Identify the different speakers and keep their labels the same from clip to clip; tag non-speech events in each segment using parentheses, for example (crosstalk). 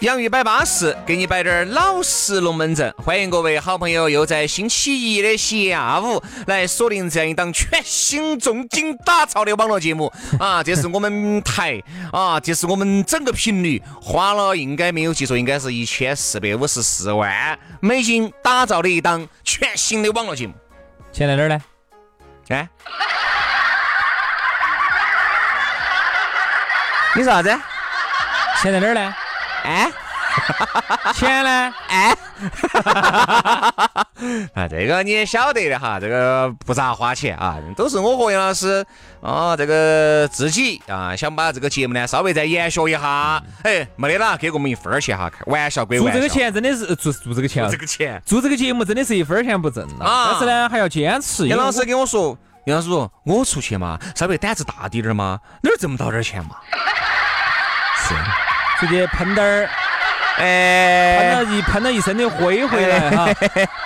Speaker 1: 洋芋摆巴适，给你摆点儿老实龙门阵。欢迎各位好朋友又在星期一的下午来锁定这样一档全新重金打造的网络节目啊！这是我们台啊，这是我们整个频率花了应该没有记错，应该是一千四百五十四万美金打造的一档全新的网络节目。
Speaker 2: 钱在哪儿呢？
Speaker 1: 哎，你说啥子？
Speaker 2: 钱在哪儿呢？ (laughs)
Speaker 1: 哎？
Speaker 2: 钱呢？
Speaker 1: 哎， (laughs) 啊，这个你也晓得的哈，这个不咋花钱啊，都是我和杨老师啊，这个自己啊，想把这个节目呢稍微再研学一下，哎，没得啦，给我们一分儿钱哈，开玩笑归
Speaker 2: 做
Speaker 1: 玩笑，
Speaker 2: 嗯这个钱真的是做做这个钱啊
Speaker 1: 做这，个钱，
Speaker 2: 做这个节目真的是一分儿钱不挣
Speaker 1: 啊
Speaker 2: 啊。但是呢，还要坚持。
Speaker 1: 杨老
Speaker 2: 因
Speaker 1: 师
Speaker 2: 为
Speaker 1: 跟我说，杨老师说我出去嘛，稍微胆子大滴点儿嘛，哪儿挣不到点儿钱嘛，
Speaker 2: 我出去喷点儿，喷
Speaker 1: 哎
Speaker 2: 了，一喷了一身的灰回来哈，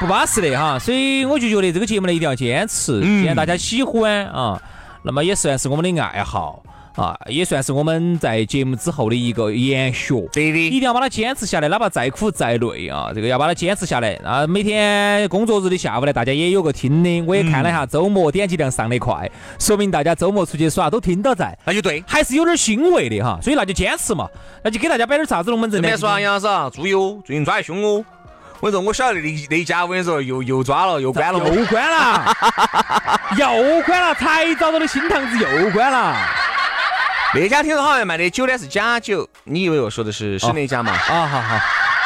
Speaker 2: 不巴适的哈。所以我就觉得这个节目呢一定要坚持，
Speaker 1: 嗯
Speaker 2: 既然大家喜欢啊，那么也算是我们的爱好啊，也算是我们在节目之后的一个研学。
Speaker 1: 对
Speaker 2: 一定
Speaker 1: 的，
Speaker 2: 要把它坚持下来，哪怕再苦再累啊，这个要把它坚持下来啊！每天工作日的下午呢，大家也有个听的，我也看了一下，周末点击量上得快，说明大家周末出去耍都听到在，
Speaker 1: 那就对。
Speaker 2: 还是有点欣慰的哈。所以那就坚持嘛，那就给大家摆点啥子龙门阵
Speaker 1: 顺
Speaker 2: 呢？
Speaker 1: 便说啊，杨老师啊，猪油最近抓得凶哦。我跟你说，我晓得那那一家，我跟你说又又抓了，又关了门。
Speaker 2: 又关了，又关了，才找到的新堂子又关了
Speaker 1: 那家听说好像卖的酒呢是假酒，你以为我说的是是那家 (laughs) 嘛？
Speaker 2: 啊！好好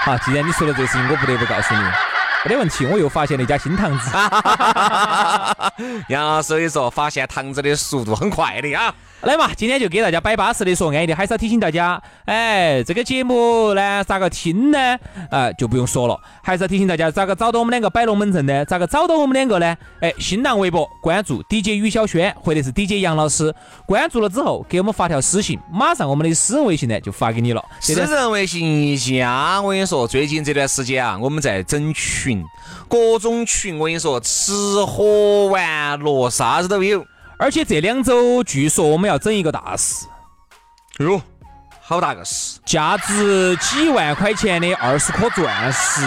Speaker 2: 好，既然你说了这个事情，我不得不告诉你，没得问题，我又发现了一家新堂子。
Speaker 1: 杨老师，我跟你说，发现糖子的速度很快的啊！
Speaker 2: 来嘛，今天就给大家摆巴适的，说安逸的，还是要提醒大家，哎，这个节目呢咋个听呢？呃，就不用说了，还是要提醒大家咋个找到我们两个摆龙门阵呢？咋个找到我们两个呢？哎，新浪微博关注 DJ 于小轩或者是 DJ 杨老师，关注了之后给我们发条私信，马上我们的私人微信呢就发给你了。
Speaker 1: 私
Speaker 2: 这个
Speaker 1: 人微信一加，我跟你说，最近这段时间啊，我们在整群，各种群，我跟你说，吃喝玩乐啥子都有。
Speaker 2: 而且这两周据说我们要整一个大事，
Speaker 1: 哟，好大个事！
Speaker 2: 价值几万块钱的二十颗钻石，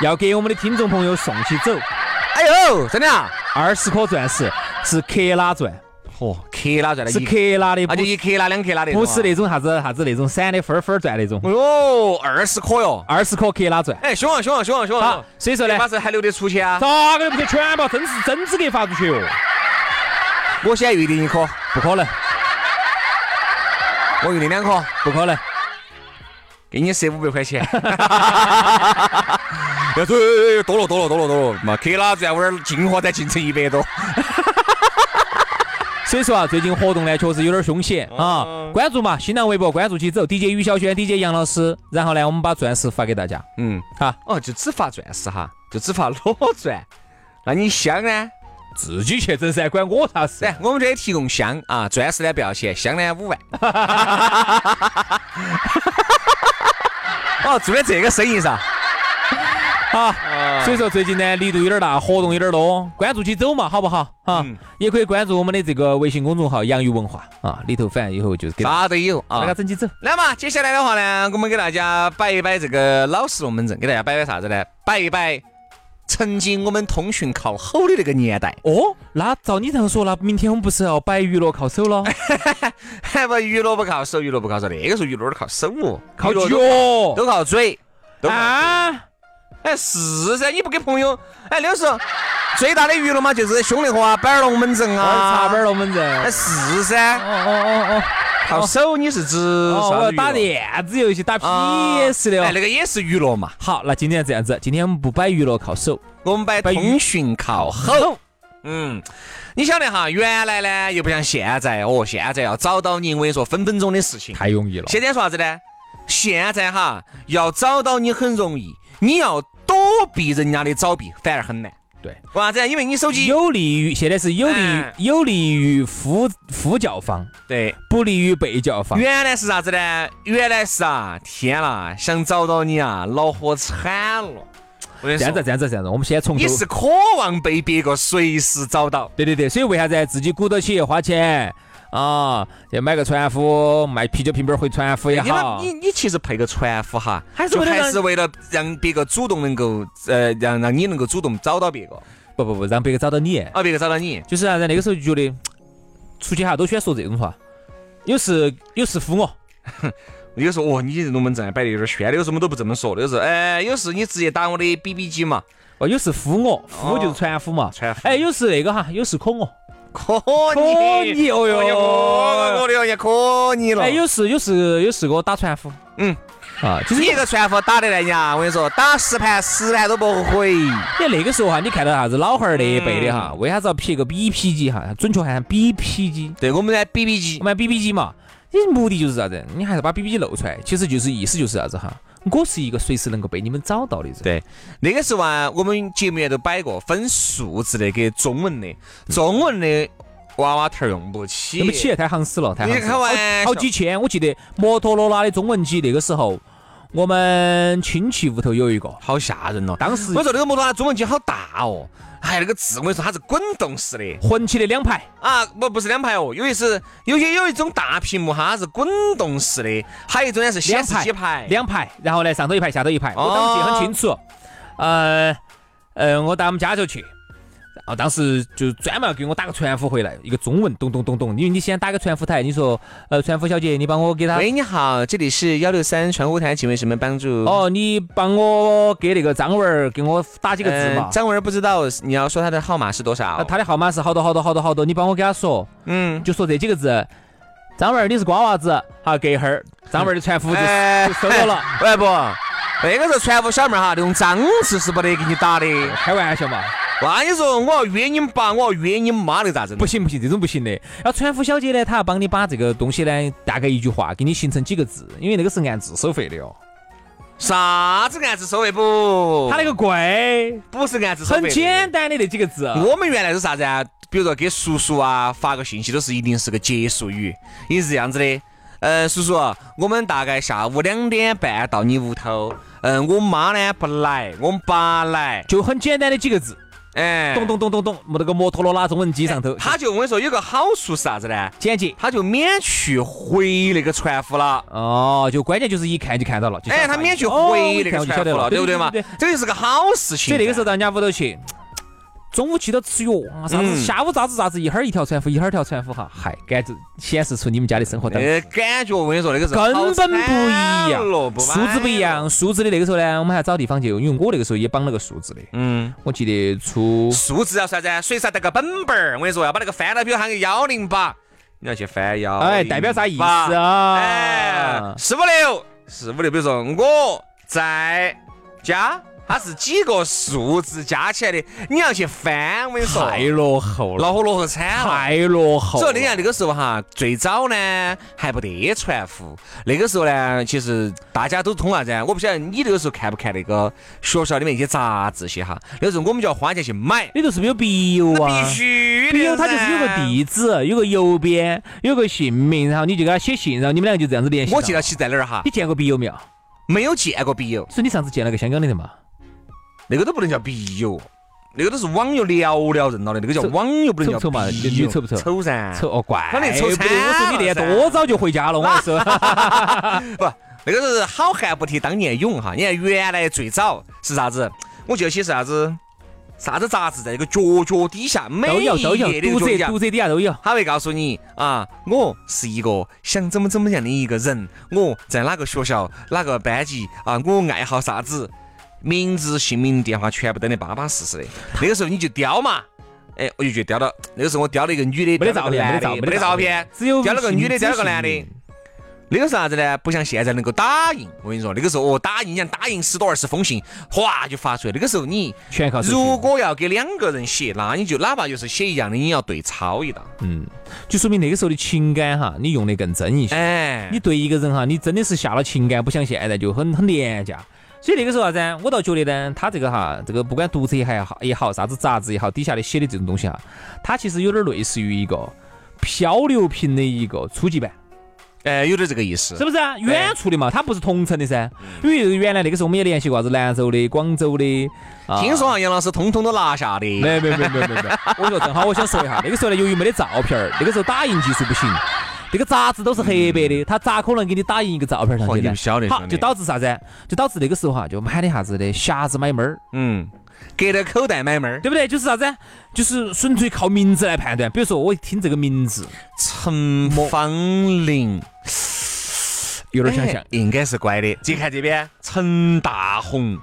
Speaker 2: 要给我们的听众朋友送起走。
Speaker 1: 哎呦，真的啊！
Speaker 2: 二十颗钻石是克拉钻，
Speaker 1: 嚯，克拉钻的
Speaker 2: 是
Speaker 1: 一
Speaker 2: 克拉的，
Speaker 1: 啊，
Speaker 2: 不
Speaker 1: 就是一克拉两克拉的，
Speaker 2: 不是那种啥子啥子那种闪的分儿分儿钻那种，
Speaker 1: 哎呦，二十颗哟！
Speaker 2: 二十颗克拉钻。
Speaker 1: 哎，凶啊凶啊凶啊凶啊！
Speaker 2: 好，所以说呢
Speaker 1: 这，把是还留得出去啊？
Speaker 2: 咋个都不去全把真是真资格发出去哟？
Speaker 1: 我现在预定一颗，
Speaker 2: 不可能，
Speaker 1: 我预定两颗，
Speaker 2: 不可能，
Speaker 1: 给你折五百块钱。要走，哎哎多了多了多了多了，嘛，克拉钻我这儿进货才进成一百多。
Speaker 2: 所以说啊，最近活动呢确实有点凶险啊！关注嘛，新浪微博关注起走，DJ 于小轩，DJ 杨老师，然后呢，我们把钻石发给大家。
Speaker 1: 嗯，
Speaker 2: 好，
Speaker 1: 哦，就只发钻石哈，就只发裸钻。那你香呢？
Speaker 2: 自己去整噻，管我啥事
Speaker 1: 来，我们这里提供香啊，钻石呢不要钱，香呢五万。哦，做的这个生意噻。
Speaker 2: 啊，所以说最近呢力度有点大，活动有点多，关注起走嘛，好不好？啊，
Speaker 1: 嗯
Speaker 2: 也可以关注我们的这个微信公众号“洋芋文化”啊，里头反正以后就是给大
Speaker 1: 啥都有啊。
Speaker 2: 家整起走。
Speaker 1: 那么接下来的话呢，我们给大家摆一摆这个老实龙门阵，给大家摆摆啥子呢？摆一摆曾经我们通讯靠吼的那个年代， (laughs)
Speaker 2: 哦，那照你这样说，那明天我们不是要摆娱乐靠手了，
Speaker 1: 哎还不娱乐不靠手，娱乐不靠手，那个时候娱乐都靠手哦，
Speaker 2: 靠
Speaker 1: 娱乐
Speaker 2: 脚
Speaker 1: 都都靠嘴，都靠
Speaker 2: 啊？
Speaker 1: 哎是噻，你不给朋友哎，那个时候最大的娱乐嘛就是兄弟伙啊，摆儿龙门阵
Speaker 2: 玩
Speaker 1: 啊，
Speaker 2: 茶本龙门阵。
Speaker 1: 哎是噻
Speaker 2: 哦，哦哦哦，
Speaker 1: 靠手你是指
Speaker 2: 哦，
Speaker 1: 啥
Speaker 2: 我
Speaker 1: 子娱
Speaker 2: 要
Speaker 1: 乐
Speaker 2: 打电子游戏，打
Speaker 1: 啊
Speaker 2: PS 的
Speaker 1: 哎，
Speaker 2: 哦
Speaker 1: 那。个也是娱乐嘛。
Speaker 2: 好，那今天这样子，今天我们不摆娱乐靠手，
Speaker 1: 我们摆
Speaker 2: 摆
Speaker 1: 通讯靠吼。嗯，你晓得哈，原来呢又不像现在哦，现在要找到你，我跟你说分分钟的事情。
Speaker 2: 太容易了。
Speaker 1: 现在说啥子呢？现在哈要找到你很容易，你要躲避人家的找避反而很难。
Speaker 2: 对，
Speaker 1: 为啥子啊呢？因为你手机
Speaker 2: 有利于现在是有利于
Speaker 1: 哎
Speaker 2: 有利于夫夫教方，
Speaker 1: 对。
Speaker 2: 不利于被教方。
Speaker 1: 原来是啥子呢？原来是啊，天啦，想找到你啊，恼火惨了。我跟你
Speaker 2: 这样子
Speaker 1: 说，
Speaker 2: 这样子这样子，我们先从头
Speaker 1: 你。是渴望被别个随时找到。
Speaker 2: 对对对，所以为啥子自己鼓捣起花钱啊？要买个船夫，卖啤酒瓶瓶回船夫也
Speaker 1: 你
Speaker 2: 好
Speaker 1: 们，你你其实配个船夫哈，
Speaker 2: 还是
Speaker 1: 就
Speaker 2: 为了
Speaker 1: 还
Speaker 2: 让
Speaker 1: 是为了让别个主动能够呃，让让你能够主动找到别个，
Speaker 2: 不不不，让别个找到你。
Speaker 1: 啊，别个找到你。
Speaker 2: 就是啥、子？那个时候就觉得出去哈都喜欢说这种话，有时有时敷我，
Speaker 1: 有时候哦，你这龙门阵摆的有点悬的，有时候我们都不这么说的。有时候哎，有时你直接打我的 BB 机嘛，
Speaker 2: 哦，有时敷我，敷
Speaker 1: 哦
Speaker 2: 我就是船夫嘛，
Speaker 1: 船夫
Speaker 2: 哎，有时那个哈，有时可我，
Speaker 1: 可
Speaker 2: 可
Speaker 1: 你，
Speaker 2: 你哦
Speaker 1: 我
Speaker 2: 哟，
Speaker 1: 我的哦哟也可你了
Speaker 2: 哎，。有时有时有时给我打船夫，
Speaker 1: 嗯，
Speaker 2: 啊，就是
Speaker 1: 你一个船夫打得来呀，我跟你说，打十盘十盘都不回。
Speaker 2: 因为那个时候哈，你看到啥子老汉儿那一辈的哈，
Speaker 1: 嗯
Speaker 2: 为啥子要撇个 BP 机哈？准确喊 BP 机，
Speaker 1: 对我们的 BB 机
Speaker 2: 我，们 BB 机嘛，你目的就是啥子？你还是把 BB 机露出来，其实就是意思就是啥子哈？我是一个随时能够被你们找到的人。
Speaker 1: 对，那个时候啊，我们节目也都摆过分数字的跟中文的，中文的娃娃头儿用不起，
Speaker 2: 嗯那么起，太行死了，太行死
Speaker 1: 你开
Speaker 2: 了，好
Speaker 1: 玩笑
Speaker 2: 好几千。我记得摩托罗拉的中文机那个时候，我们亲戚屋头有一个，
Speaker 1: 好吓人哦。
Speaker 2: 当时
Speaker 1: 我说那个摩托拉中文机好大哦，哎，那个字我跟你说它是滚动式的
Speaker 2: 混起的两排，
Speaker 1: 啊，不不是两排哦，有一是有些有一种大屏幕哈它是滚动式的，还有一种呢是显
Speaker 2: 两
Speaker 1: 示
Speaker 2: 排
Speaker 1: 几排，
Speaker 2: 两排，然后呢上头一排，下头一排，我当时记得很清楚。呃呃，我到我们家头去。啊，当时就专门要给我打个船夫回来，一个中文，咚咚咚咚。因为你先打个船夫台，你说，呃，船夫小姐，你帮我给他，
Speaker 1: 喂，你好，这里是幺六三传呼台，请问什么帮助？
Speaker 2: 哦，你帮我给那个张文儿给我打几个字
Speaker 1: 嗯
Speaker 2: 嘛？
Speaker 1: 张文儿不知道你要说他的号码是多
Speaker 2: 呃
Speaker 1: 少？
Speaker 2: 他的号码是好多好多好多好多，你帮我给他说。
Speaker 1: 嗯，
Speaker 2: 就说这几个字。张文儿，你是瓜娃子，好，隔一会儿，张文儿的船夫就
Speaker 1: 哎
Speaker 2: 就收到
Speaker 1: (laughs)
Speaker 2: 了，
Speaker 1: 哎不，那个时候船夫小妹儿哈，那种脏字是不得给你打的。
Speaker 2: 开玩笑嘛，
Speaker 1: 那你说我要约你爸，我要约你妈，那咋整？
Speaker 2: 不，行不行，这种不行的。然后船夫小姐呢，她要帮你把这个东西呢，大概一句话给你形成几个字，因为那个是按字收费的哦。
Speaker 1: 啥子按字收费不？
Speaker 2: 它那个贵，
Speaker 1: 不是按哦字收费，
Speaker 2: 很简。单的那几个字，
Speaker 1: 我们原来是啥子啊？比如说给叔叔啊发个信息，都是一定是个结束语，也是这样子的。嗯，叔叔，我们大概下午两点半到你屋头。嗯，我妈呢不来，我们爸来。
Speaker 2: 就很简单的几个字，
Speaker 1: 哎，
Speaker 2: 咚咚咚咚咚，那个摩托罗拉中文机上头，
Speaker 1: 他就我跟你说有个好处是啥子呢？
Speaker 2: 简洁。
Speaker 1: 他就免去回那个船夫了。
Speaker 2: 哦，就关键就是一看就看到了，就
Speaker 1: 哎，
Speaker 2: 晓得
Speaker 1: 他
Speaker 2: 啥
Speaker 1: 免
Speaker 2: 意
Speaker 1: 去
Speaker 2: 思哦
Speaker 1: 回
Speaker 2: 一
Speaker 1: 那
Speaker 2: 看
Speaker 1: 个
Speaker 2: 我就
Speaker 1: 船
Speaker 2: 晓得
Speaker 1: 夫了，对不对嘛
Speaker 2: 对？
Speaker 1: 这个是个好事情。啊
Speaker 2: 所以那个时候到人家屋头去，中午去到吃药啊，啥
Speaker 1: 嗯
Speaker 2: 子下午咋子咋子，一会儿一条船夫，一会儿一条船夫哈，嗨，感觉显示出你们家的生活当中
Speaker 1: 那个感觉，我跟你说，那个时候
Speaker 2: 根本不
Speaker 1: 好
Speaker 2: 一
Speaker 1: 惨了
Speaker 2: 样，数字不一。
Speaker 1: 玩了
Speaker 2: 样，数字的那个时候呢，我们还找地方去，因为我那个时候也绑了个数字的，
Speaker 1: 嗯，
Speaker 2: 我记得初
Speaker 1: 数字要啥子啊？所以说带个本本儿，我跟你说，要把那个翻到，比如喊个幺零八，你要去翻幺，
Speaker 2: 哎代表啥意思啊
Speaker 1: 哎，四五六，四五六，比如说我在家，它是几个数字加起来的，你要去翻，我跟你说，
Speaker 2: 太落后了，
Speaker 1: 恼火恼火惨了。
Speaker 2: 太落后
Speaker 1: 哦所
Speaker 2: 了
Speaker 1: 以你。看那个时候哈，最早呢还不得船夫，那个时候呢，其实大家都通啥子啊？我不晓得你那个时候看不看那个学校里面一些杂志些哈？那时候我们就要花钱去买，
Speaker 2: 里头是不是有笔友
Speaker 1: 那
Speaker 2: 啊
Speaker 1: 必？须的
Speaker 2: 笔
Speaker 1: 噻。
Speaker 2: 友它就是有个地址，有个邮编，有个姓名，然后你就给他写信，然后你们两个就这样子联系。
Speaker 1: 我记得，起在哪儿哈
Speaker 2: 你，见过笔友没有？
Speaker 1: 没有见过笔友，
Speaker 2: 所以你上次见了个香港的人嘛？
Speaker 1: 那个都不能叫笔友，那个都是网友聊聊认到的，那个叫
Speaker 2: 丑
Speaker 1: 网友不能叫
Speaker 2: 丑不丑嘛
Speaker 1: 笔友。
Speaker 2: 你丑不丑
Speaker 1: 丑噻。
Speaker 2: 丑哦，怪不
Speaker 1: 把
Speaker 2: 得
Speaker 1: 你丑
Speaker 2: 我
Speaker 1: 惨
Speaker 2: 说你
Speaker 1: 了
Speaker 2: 练
Speaker 1: 噻啊
Speaker 2: 多早就回家了，我还说。
Speaker 1: 不，那个是好汉不提当年勇哈。你看原来最早是啥子？我记得写是啥子？啥子杂志在那个角角底下，每
Speaker 2: (laughs) 都
Speaker 1: 一
Speaker 2: 有都有，
Speaker 1: 页的角
Speaker 2: 读者
Speaker 1: 底下
Speaker 2: 读者底下都有。
Speaker 1: 他会告诉你啊，我是一个想怎么怎么样的一个人，我在哪个学校、哪个班级啊，我爱好啥子，名字、姓名、电话全部登得巴巴适适的。那个时候你就雕嘛，哎，我就觉得雕到那个时候我雕了一个女的，
Speaker 2: 没得
Speaker 1: 雕
Speaker 2: 照
Speaker 1: 了个
Speaker 2: 片，
Speaker 1: 男的
Speaker 2: 没得照，
Speaker 1: 没得照片，
Speaker 2: 只有
Speaker 1: 雕了个女的，
Speaker 2: 信
Speaker 1: 雕了个男
Speaker 2: 纸信
Speaker 1: 的，那个是啥子呢？不像现在能够打印，我跟你说，那个时候哦，打印你想打印十多二十封信，哗就发出来。那个时候你
Speaker 2: 全靠手机
Speaker 1: 如果要给两个人写，那你就哪怕就是写一样的，你要对抄一道。
Speaker 2: 就说明那个时候的情感哈，你用的更真一些。
Speaker 1: 哎，
Speaker 2: 你对一个人哈，你真的是下了情感，不像现在就很很廉价。所以那个时候啥子呢，我倒觉得呢，他这个哈，这个不管读者也好也好，啥子杂志也好，底下的写的这种东西哈，它其实有点类似于一个漂流瓶的一个初级版，
Speaker 1: 哎，有点这个意思
Speaker 2: 是。不是啊？远处的嘛，它不是同城的噻。
Speaker 1: 嗯
Speaker 2: 因为原来那个时候我们也联系过啥子兰州的、广州的，啊
Speaker 1: 听说啊，杨老师通通都拿下的。
Speaker 2: 没没没没没没，我说正好我想说一下，那个时候呢，由于没得照片儿，那个时候打印技术不行，这个杂志都是黑白的，他咋可能给你打印一个照片儿上
Speaker 1: 哦
Speaker 2: 去
Speaker 1: 你
Speaker 2: 呢
Speaker 1: 不？晓得，
Speaker 2: 好，
Speaker 1: 兄弟
Speaker 2: 就导致啥子？就导致那个时候哈，就喊的啥子的匣子买猫儿，
Speaker 1: 嗯，隔着口袋买猫儿。
Speaker 2: 对不对？就是啥子？就是纯粹靠名字来判断。比如说，我一听这个名字，
Speaker 1: 陈芳龄，有
Speaker 2: 有点想象。
Speaker 1: 哎应该是乖的。你看这边，陈大红，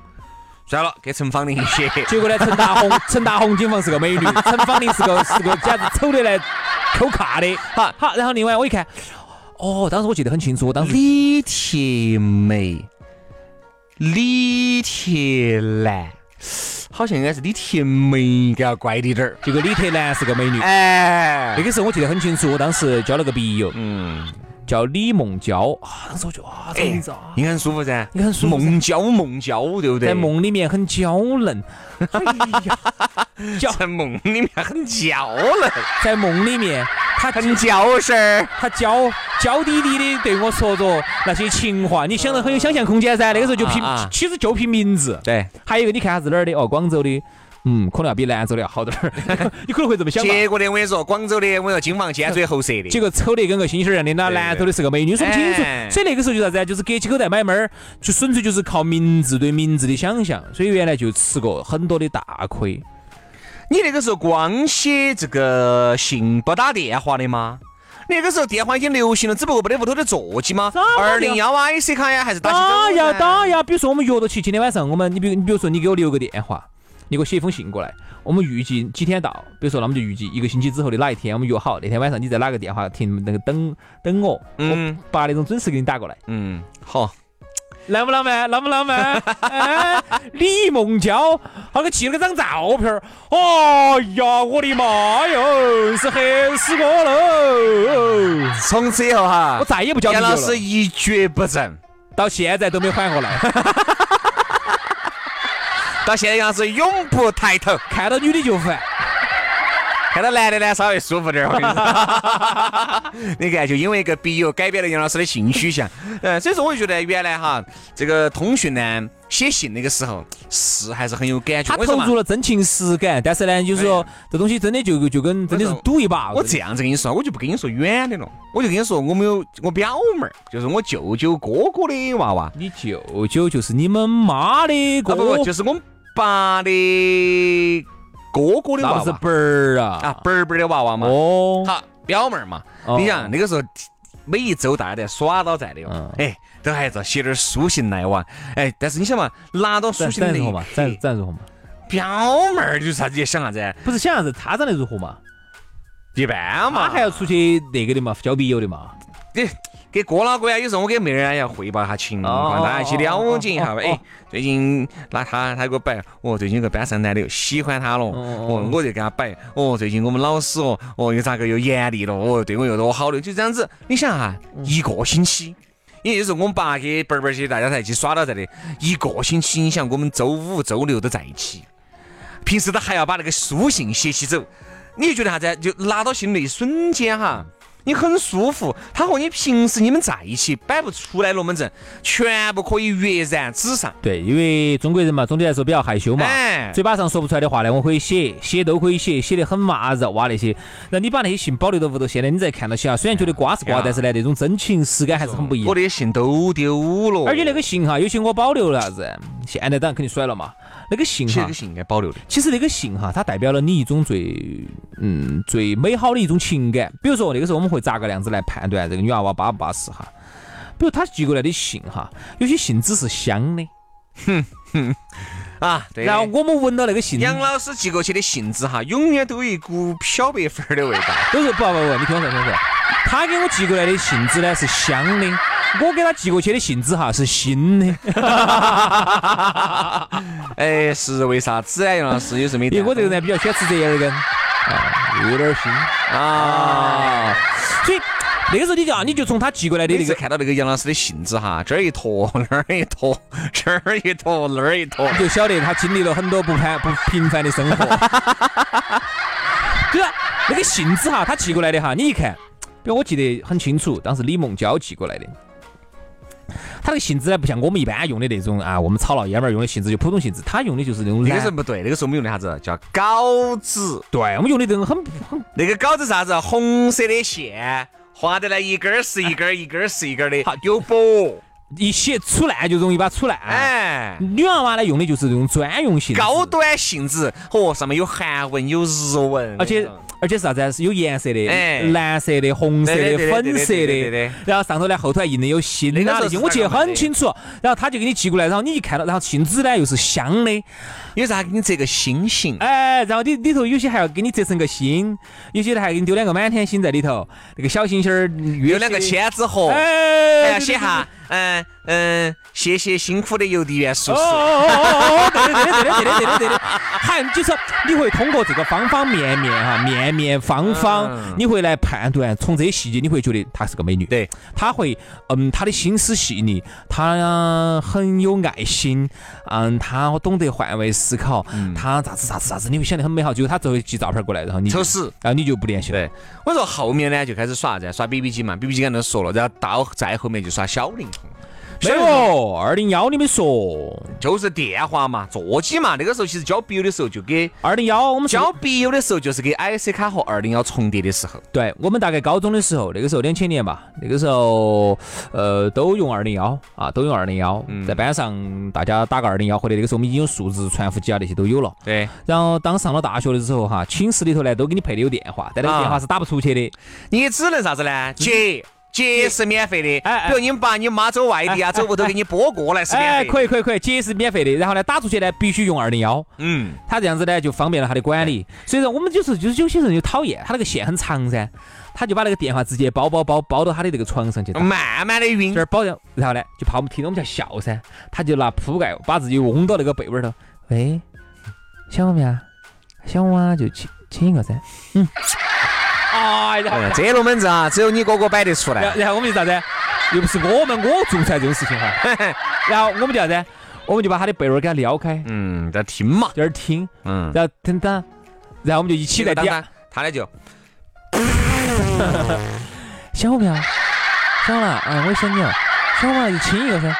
Speaker 1: 算了，给陈芳龄 (laughs) 写。
Speaker 2: 结果呢，陈大红，陈大红警方是个美女，陈芳龄是个是个简直丑得来抠卡的。好，好，然后另外我一看，哦，当时我记得很清楚，我当时
Speaker 1: 李铁梅，李铁兰，好像应该是李铁梅，应该要乖滴点儿。
Speaker 2: 这个李铁男是个美女。
Speaker 1: 哎
Speaker 2: 那，个时候我记得很清楚，我当时交了个笔友，
Speaker 1: 嗯，哎
Speaker 2: 叫李梦娇啊。当时我就啊，这个名字啊，
Speaker 1: 应该很舒服噻，
Speaker 2: 应该很舒服噻
Speaker 1: 梦娇梦娇，对不对？
Speaker 2: 在梦里面很娇嫩，哎呀，娇
Speaker 1: (laughs) 在梦里面很娇嫩，
Speaker 2: 在梦里面，他
Speaker 1: 很娇声儿。
Speaker 2: 他娇娇滴滴的对我说着那些情话，你想得很有想象空间噻。那个时候就凭
Speaker 1: 啊啊，
Speaker 2: 其实就凭名字。
Speaker 1: 对，
Speaker 2: 还有一个，你看啥子哪儿的？哦，广州的，嗯，可能要比兰州的要好点
Speaker 1: (laughs)
Speaker 2: 儿。你可能会这么想吧。
Speaker 1: 结果呢，我跟你说，广州的我跟你说，金王尖嘴猴舌的。
Speaker 2: 结果丑的跟个猩猩一样的，那
Speaker 1: 对对
Speaker 2: 兰州的是个美女，说不清楚
Speaker 1: 哎。
Speaker 2: 所以那个时候就啥子啊，就是隔起口袋买猫儿，就纯粹就是靠名字对名字的想象。所以原来就吃过很多的大亏。
Speaker 1: 你那个时候光写这个信不打电话的吗？那个时候电话已经流行了，只不过没得屋头的座机吗
Speaker 2: 咋个？
Speaker 1: 二
Speaker 2: 电
Speaker 1: 零幺 IC 卡哎呀，还是打起
Speaker 2: 打
Speaker 1: 针噻
Speaker 2: 呀打呀，比如说我们约到起，今天晚上我们，你比如你比如说你给我留个电话，你给我写一封信过来，我们预计几天到，比如说那我们就预计一个星期之后的哪一天，我们约好那天晚上你在哪个电话亭那个等等我，
Speaker 1: 嗯
Speaker 2: 我八点钟准时给你打过来，
Speaker 1: 嗯，好，
Speaker 2: 浪不浪漫？浪不浪漫？哎， (laughs) 李梦娇，好给寄了个张照片儿，哎呀，我的妈哟，是黑死我喽！
Speaker 1: 从此以后哈，
Speaker 2: 我再也不交
Speaker 1: 杨
Speaker 2: 朋友
Speaker 1: 老
Speaker 2: 了，
Speaker 1: 师一蹶不振，
Speaker 2: 到现在都没缓过来。 (laughs)
Speaker 1: 到现在杨老师永不抬头，
Speaker 2: 看到女的就烦。
Speaker 1: 看到男的呢稍微舒服点儿。我跟你 (laughs) 说，你看，就因为一个笔友改变了杨老师的性取向，嗯，所以说我就觉得原来哈，这个通讯呢，写信那个时候是还是很有感觉。
Speaker 2: 他
Speaker 1: 为什
Speaker 2: 投
Speaker 1: 么哎
Speaker 2: 入了真情实感，但是呢，就是说这东西真的就就跟真的是赌一把。
Speaker 1: 我这样子跟你说，我就不跟你说远的了，我就跟你说，我们有我表妹儿，就是我舅舅哥哥的娃娃，啊
Speaker 2: 你舅舅就是你们妈的哥，
Speaker 1: 啊不不，就是我们爸的哥哥的
Speaker 2: 那
Speaker 1: 娃
Speaker 2: 不是
Speaker 1: 娃
Speaker 2: 本儿啊
Speaker 1: 啊，本儿本儿的娃娃嘛，
Speaker 2: 哦，
Speaker 1: 好表妹儿嘛，
Speaker 2: 哦
Speaker 1: 你想那个时候。每一周大家在耍到在的
Speaker 2: 嗯
Speaker 1: 哟，哎，都还在写点书信来往，哎，但是你想嘛，拿到书
Speaker 2: 咱
Speaker 1: 信的
Speaker 2: 咱
Speaker 1: 那
Speaker 2: 如何
Speaker 1: 一
Speaker 2: 嘛？咱
Speaker 1: 刻，
Speaker 2: 咱如何嘛？
Speaker 1: 表妹儿就是啥子，你想啥子？
Speaker 2: 不是想啥子他长得如何嘛？
Speaker 1: 一般嘛，
Speaker 2: 他还要出去那个的嘛，交笔友的嘛。
Speaker 1: 给给哥老哥呀，有时候我给妹儿啊要汇报一下情
Speaker 2: 哦
Speaker 1: 况，大家一起了解一下
Speaker 2: 哦哦
Speaker 1: 吧。
Speaker 2: 哦
Speaker 1: 哎，最近那他他给我摆，哦，最近有个班上男的又喜欢他了，
Speaker 2: 哦
Speaker 1: 哦，我就给他摆，哦，最近我们老师哦，哦又咋个又严厉了，哦对我又多好了，就这样子。你想啊，
Speaker 2: 嗯
Speaker 1: 一个星期。因为有时候我们爸给伯儿伯儿些大家在一起耍到在的，一个星期，你想我们周五、周六都在一起，平时他还要把那个书信写起走，你就觉得啥子？就拿到心里一瞬间哈，你很舒服。他和你平时你们在一起摆不出来龙门阵，全部可以跃然纸上。
Speaker 2: 对，因为中国人嘛，总体来说比较害羞嘛，
Speaker 1: 哎
Speaker 2: 嘴巴上说不出来的话呢，我可以写，写都可以写，写得很麻绕哇那些。那你把那些信保留到屋头，现在你再看到起啊，虽然觉得瓜是瓜，
Speaker 1: 哎呀
Speaker 2: 但是呢，那种真情实感还是很不一样
Speaker 1: 我。的信都丢了，
Speaker 2: 而且那个信哈，有些我保留了啥子，现在当然肯定甩了嘛。那个信
Speaker 1: 其实
Speaker 2: 哈
Speaker 1: 这个，信应该保留的。
Speaker 2: 其实那个信哈，它代表了你一种最嗯最美好的一种情感。比如说那个时候我们会咋个样子来判断这个女娃娃巴不巴适哈？比如她寄过来的信哈，有些信纸是香的，
Speaker 1: 啊，对的。
Speaker 2: 然后我们闻到那个信，
Speaker 1: 杨老师寄过去的信纸哈，永远都有一股漂白
Speaker 2: (laughs)
Speaker 1: 粉儿的味道。
Speaker 2: 都是不不不，你听我说，听我说，他给我寄过来的信纸呢是香的，我给他寄过去的信纸哈是新的， (laughs)
Speaker 1: 哎，是为啥子呢？杨老师有时候没
Speaker 2: 因为
Speaker 1: 带
Speaker 2: 我这个人比较喜欢吃折耳根，啊，有点新。
Speaker 1: 啊。
Speaker 2: 所以那个时候你就啊，你就从他寄过来的
Speaker 1: 每
Speaker 2: 那
Speaker 1: 次
Speaker 2: 个，
Speaker 1: 看到那个杨老师的信纸哈，这儿一坨，那儿一坨， (laughs) 这儿一坨，那儿一坨，
Speaker 2: 你就晓得他经历了很多不凡不平凡的生
Speaker 1: (laughs)
Speaker 2: 活。对啊，那个信纸哈，他寄过来的哈，你一看，比如我记得很清楚，当时李梦娇寄过来的。他那个信纸呢，不像我们一般用的那种啊，我们炒老爷们儿用的信纸就普通信纸，他用的就是那种
Speaker 1: 那
Speaker 2: 蓝
Speaker 1: 个是不对，那个时候我们用的啥子？叫稿纸。
Speaker 2: 对，我们用的这种很很
Speaker 1: 那个稿子啥子？啊红色的线，画得来一根儿是一根儿，一根儿是一根儿的
Speaker 2: (laughs) 好，
Speaker 1: 有薄。
Speaker 2: 一写出烂就容易把它出烂。
Speaker 1: 哎，
Speaker 2: 女娃娃呢用的就是这种专用信纸
Speaker 1: 高端信纸，哦，上面有韩文，有日文，
Speaker 2: 而且而且是啥子啊？是有颜色的，
Speaker 1: 嗯哎
Speaker 2: 蓝色的、红色
Speaker 1: 对
Speaker 2: 的、
Speaker 1: 对对对
Speaker 2: 粉色
Speaker 1: 对对对
Speaker 2: 的
Speaker 1: 对，
Speaker 2: 然后上头呢后头还印的有心
Speaker 1: 那
Speaker 2: 啊
Speaker 1: 个
Speaker 2: 那
Speaker 1: 时
Speaker 2: 些，
Speaker 1: 候
Speaker 2: 我记得
Speaker 1: 是这样
Speaker 2: 很清楚。然后他就给你寄过来，然后你一看到，然后信纸呢又是香的，
Speaker 1: 有啥给你这个心形？
Speaker 2: 哎，然后里里头有些还要给你折成个心，有些呢还给你丢两个满天星在里头，那个小星星儿
Speaker 1: 有
Speaker 2: 有
Speaker 1: 两个，千纸鹤，还
Speaker 2: 哎，
Speaker 1: 要
Speaker 2: 对
Speaker 1: 写。哈，嗯嗯，谢谢辛苦的邮递员叔
Speaker 2: 对对对
Speaker 1: 叔。
Speaker 2: 哦哦哦哦，对的对的对的对的对的对的，还就是你会通过这个方方面面哈，面面方方
Speaker 1: 嗯，
Speaker 2: 你会来判断，从这些细节你会觉得她是个美女。
Speaker 1: 对，
Speaker 2: 他会，嗯，他的心思细腻，他呃很有爱心，嗯，他懂得换位思考，他咋子咋子咋子，你会想得很美好。结果他最后寄照片过来，然后你就
Speaker 1: 丑死，
Speaker 2: 然后你就不联系了。
Speaker 1: 对，我说后面呢就开始耍啥子啊？耍 BB 机嘛，BB 机刚才都说了，然后到再后面就耍小灵通，
Speaker 2: 没有，二零幺你没说，
Speaker 1: 就是电话嘛，座机嘛。那个时候其实交笔友的时候就给
Speaker 2: 二零幺我们是
Speaker 1: 交笔友的时候就是给 IC 卡和二零幺重叠的时候。
Speaker 2: 对我们大概高中的时候，那个时候两千年吧，那个时候呃都用二零幺啊，都用二零幺，
Speaker 1: 嗯
Speaker 2: 在班上大家打个二零幺，或者那个时候我们已经有数字传呼机啊那些都有了。
Speaker 1: 对，
Speaker 2: 然后当上了大学的时候哈，寝室里头呢都给你配的有电话，但那个
Speaker 1: 啊
Speaker 2: 电话是打不出去的。
Speaker 1: 你只能啥子呢？接接是免费的，
Speaker 2: 嗯哎哎
Speaker 1: 比如你们爸你妈走外地啊，走屋头给你拨过啊来是免
Speaker 2: 哎，
Speaker 1: 费的。
Speaker 2: 可以可以可以，接是免费的。然后呢，打出去呢必须用二零幺，
Speaker 1: 嗯，
Speaker 2: 他这样子呢就方便了他的管理。所以说我们就是就是有些人就讨厌，他那个线很长噻，他就把那个电话直接包包包包到他的那个床上去打。
Speaker 1: 慢慢的晕
Speaker 2: 这。儿保养，然后呢，就怕我们听到我们在笑噻，他就拿铺盖把自己嗡到那个被窝儿头。喂，想我们呀？想我啊，就亲亲一个噻。嗯。哎，然
Speaker 1: 哎
Speaker 2: 后
Speaker 1: 这龙门阵啊，只有你哥哥摆得出
Speaker 2: 然后
Speaker 1: 来。
Speaker 2: 然后我们就啥子？又不是我们，我做不出来这种事情哈。然后我们就啥子？我们就把他的被窝儿给他撩开，
Speaker 1: 嗯，在听嘛。
Speaker 2: 在那儿听，
Speaker 1: 嗯，
Speaker 2: 然后等等，然后我们就一起在底
Speaker 1: 当
Speaker 2: 下
Speaker 1: 当，他呢就
Speaker 2: 想我们呀？想我了，哎，我也想你了，想我了啊就亲一
Speaker 1: (laughs)
Speaker 2: 个噻。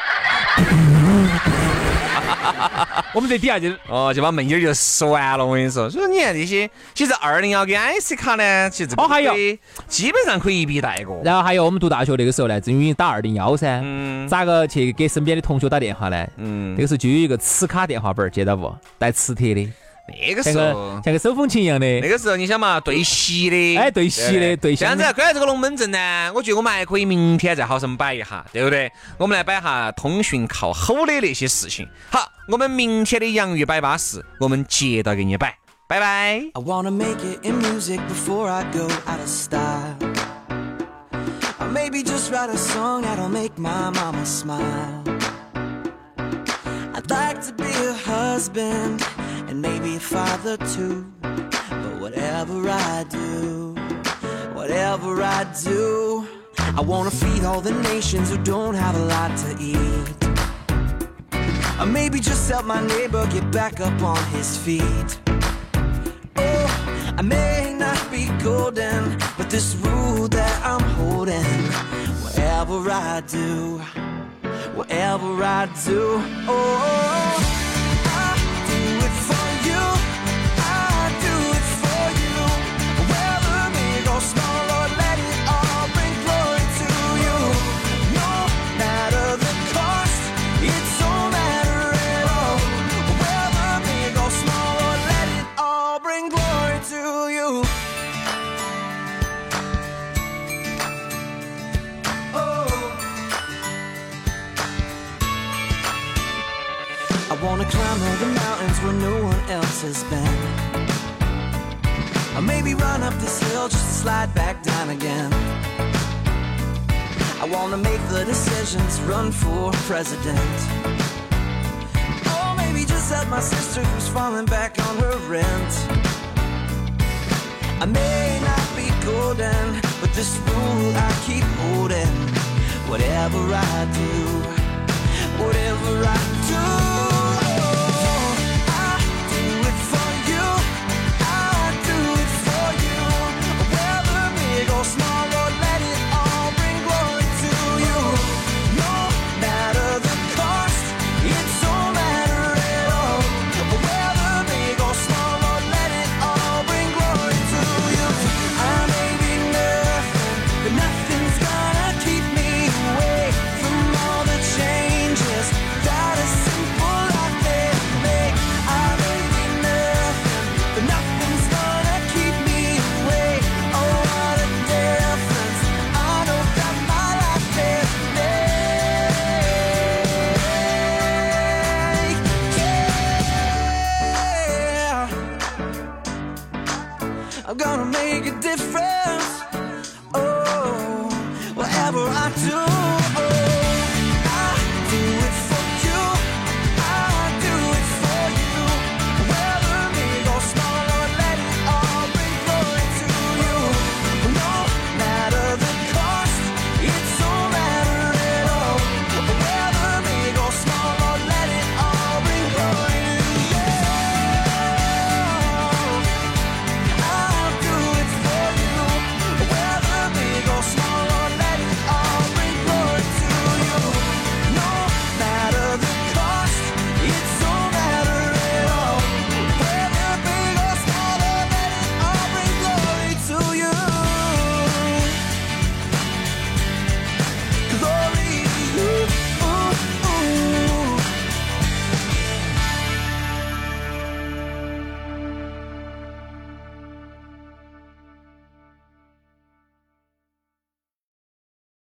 Speaker 2: 我们在底下就
Speaker 1: 哦，就把门眼儿就使完了。我跟你说，所以你看这些，其实二零幺跟 IC 卡呢，其实这个
Speaker 2: 哦还有
Speaker 1: 可以基本上可以一笔带过。
Speaker 2: 然后还有我们读大学那个时候呢，正因为打二零幺噻，
Speaker 1: 嗯
Speaker 2: 咋个去给身边的同学打电话呢？那
Speaker 1: 嗯，
Speaker 2: 个时候就有一个磁卡电话本儿，接到不？带磁铁的，
Speaker 1: 那个
Speaker 2: 像
Speaker 1: 时
Speaker 2: 个
Speaker 1: 候。
Speaker 2: 像个手风琴一样
Speaker 1: 那
Speaker 2: 的。
Speaker 1: 个时候你想嘛，对席的，
Speaker 2: 哎对席的对
Speaker 1: 这
Speaker 2: 香
Speaker 1: 样
Speaker 2: 的
Speaker 1: 子，关于这个龙门阵呢，我觉得我们还可以明天再好生摆一下，对不对？我们来摆一下通讯靠吼的那些事情。好，我们明天的洋芋摆巴士，我们接着给你摆，拜拜。
Speaker 3: I wanna make it in music before I go out of style. Or maybe just write a song that'll make my mama smile. I'd like to be a husband and maybe a father too. But whatever I do, whatever I do, I wanna feed all the nations who don't have a lot to eat. Or maybe just help my neighbor get back up on his feet. Oh, I may not be golden, but this rule that I'm holding, whatever I do, whatever I do, oh, I do it for you. I do it for you. Whether big or small, or let it all bring glory to you. No matter the cost, it's no matter at all. Whether big or small, or let it all bring glory to you. Oh. I wanna climb all the mountains where no one else has been. Or maybe run up this hill just to slide back down again. I I wanna make the decisions, run for president. Or maybe just help my sister who's falling back on her rent. I may not be golden, but this rule I keep holding. Whatever I do, whatever I do. I do it for you. I do it for you. Whether big or small, or let it all bring glory to you. No matter the cost, it's no matter at all. Whether big or small, or let it all bring glory to you. I may be nothing, but nothing's gonna keep me away from all the changes that a simple life may make. I may be nothing, but nothing's gonna keep me away. Oh, what a difference! I know that my life can make. Yeah. I'm gonna make a difference. Oh, oh,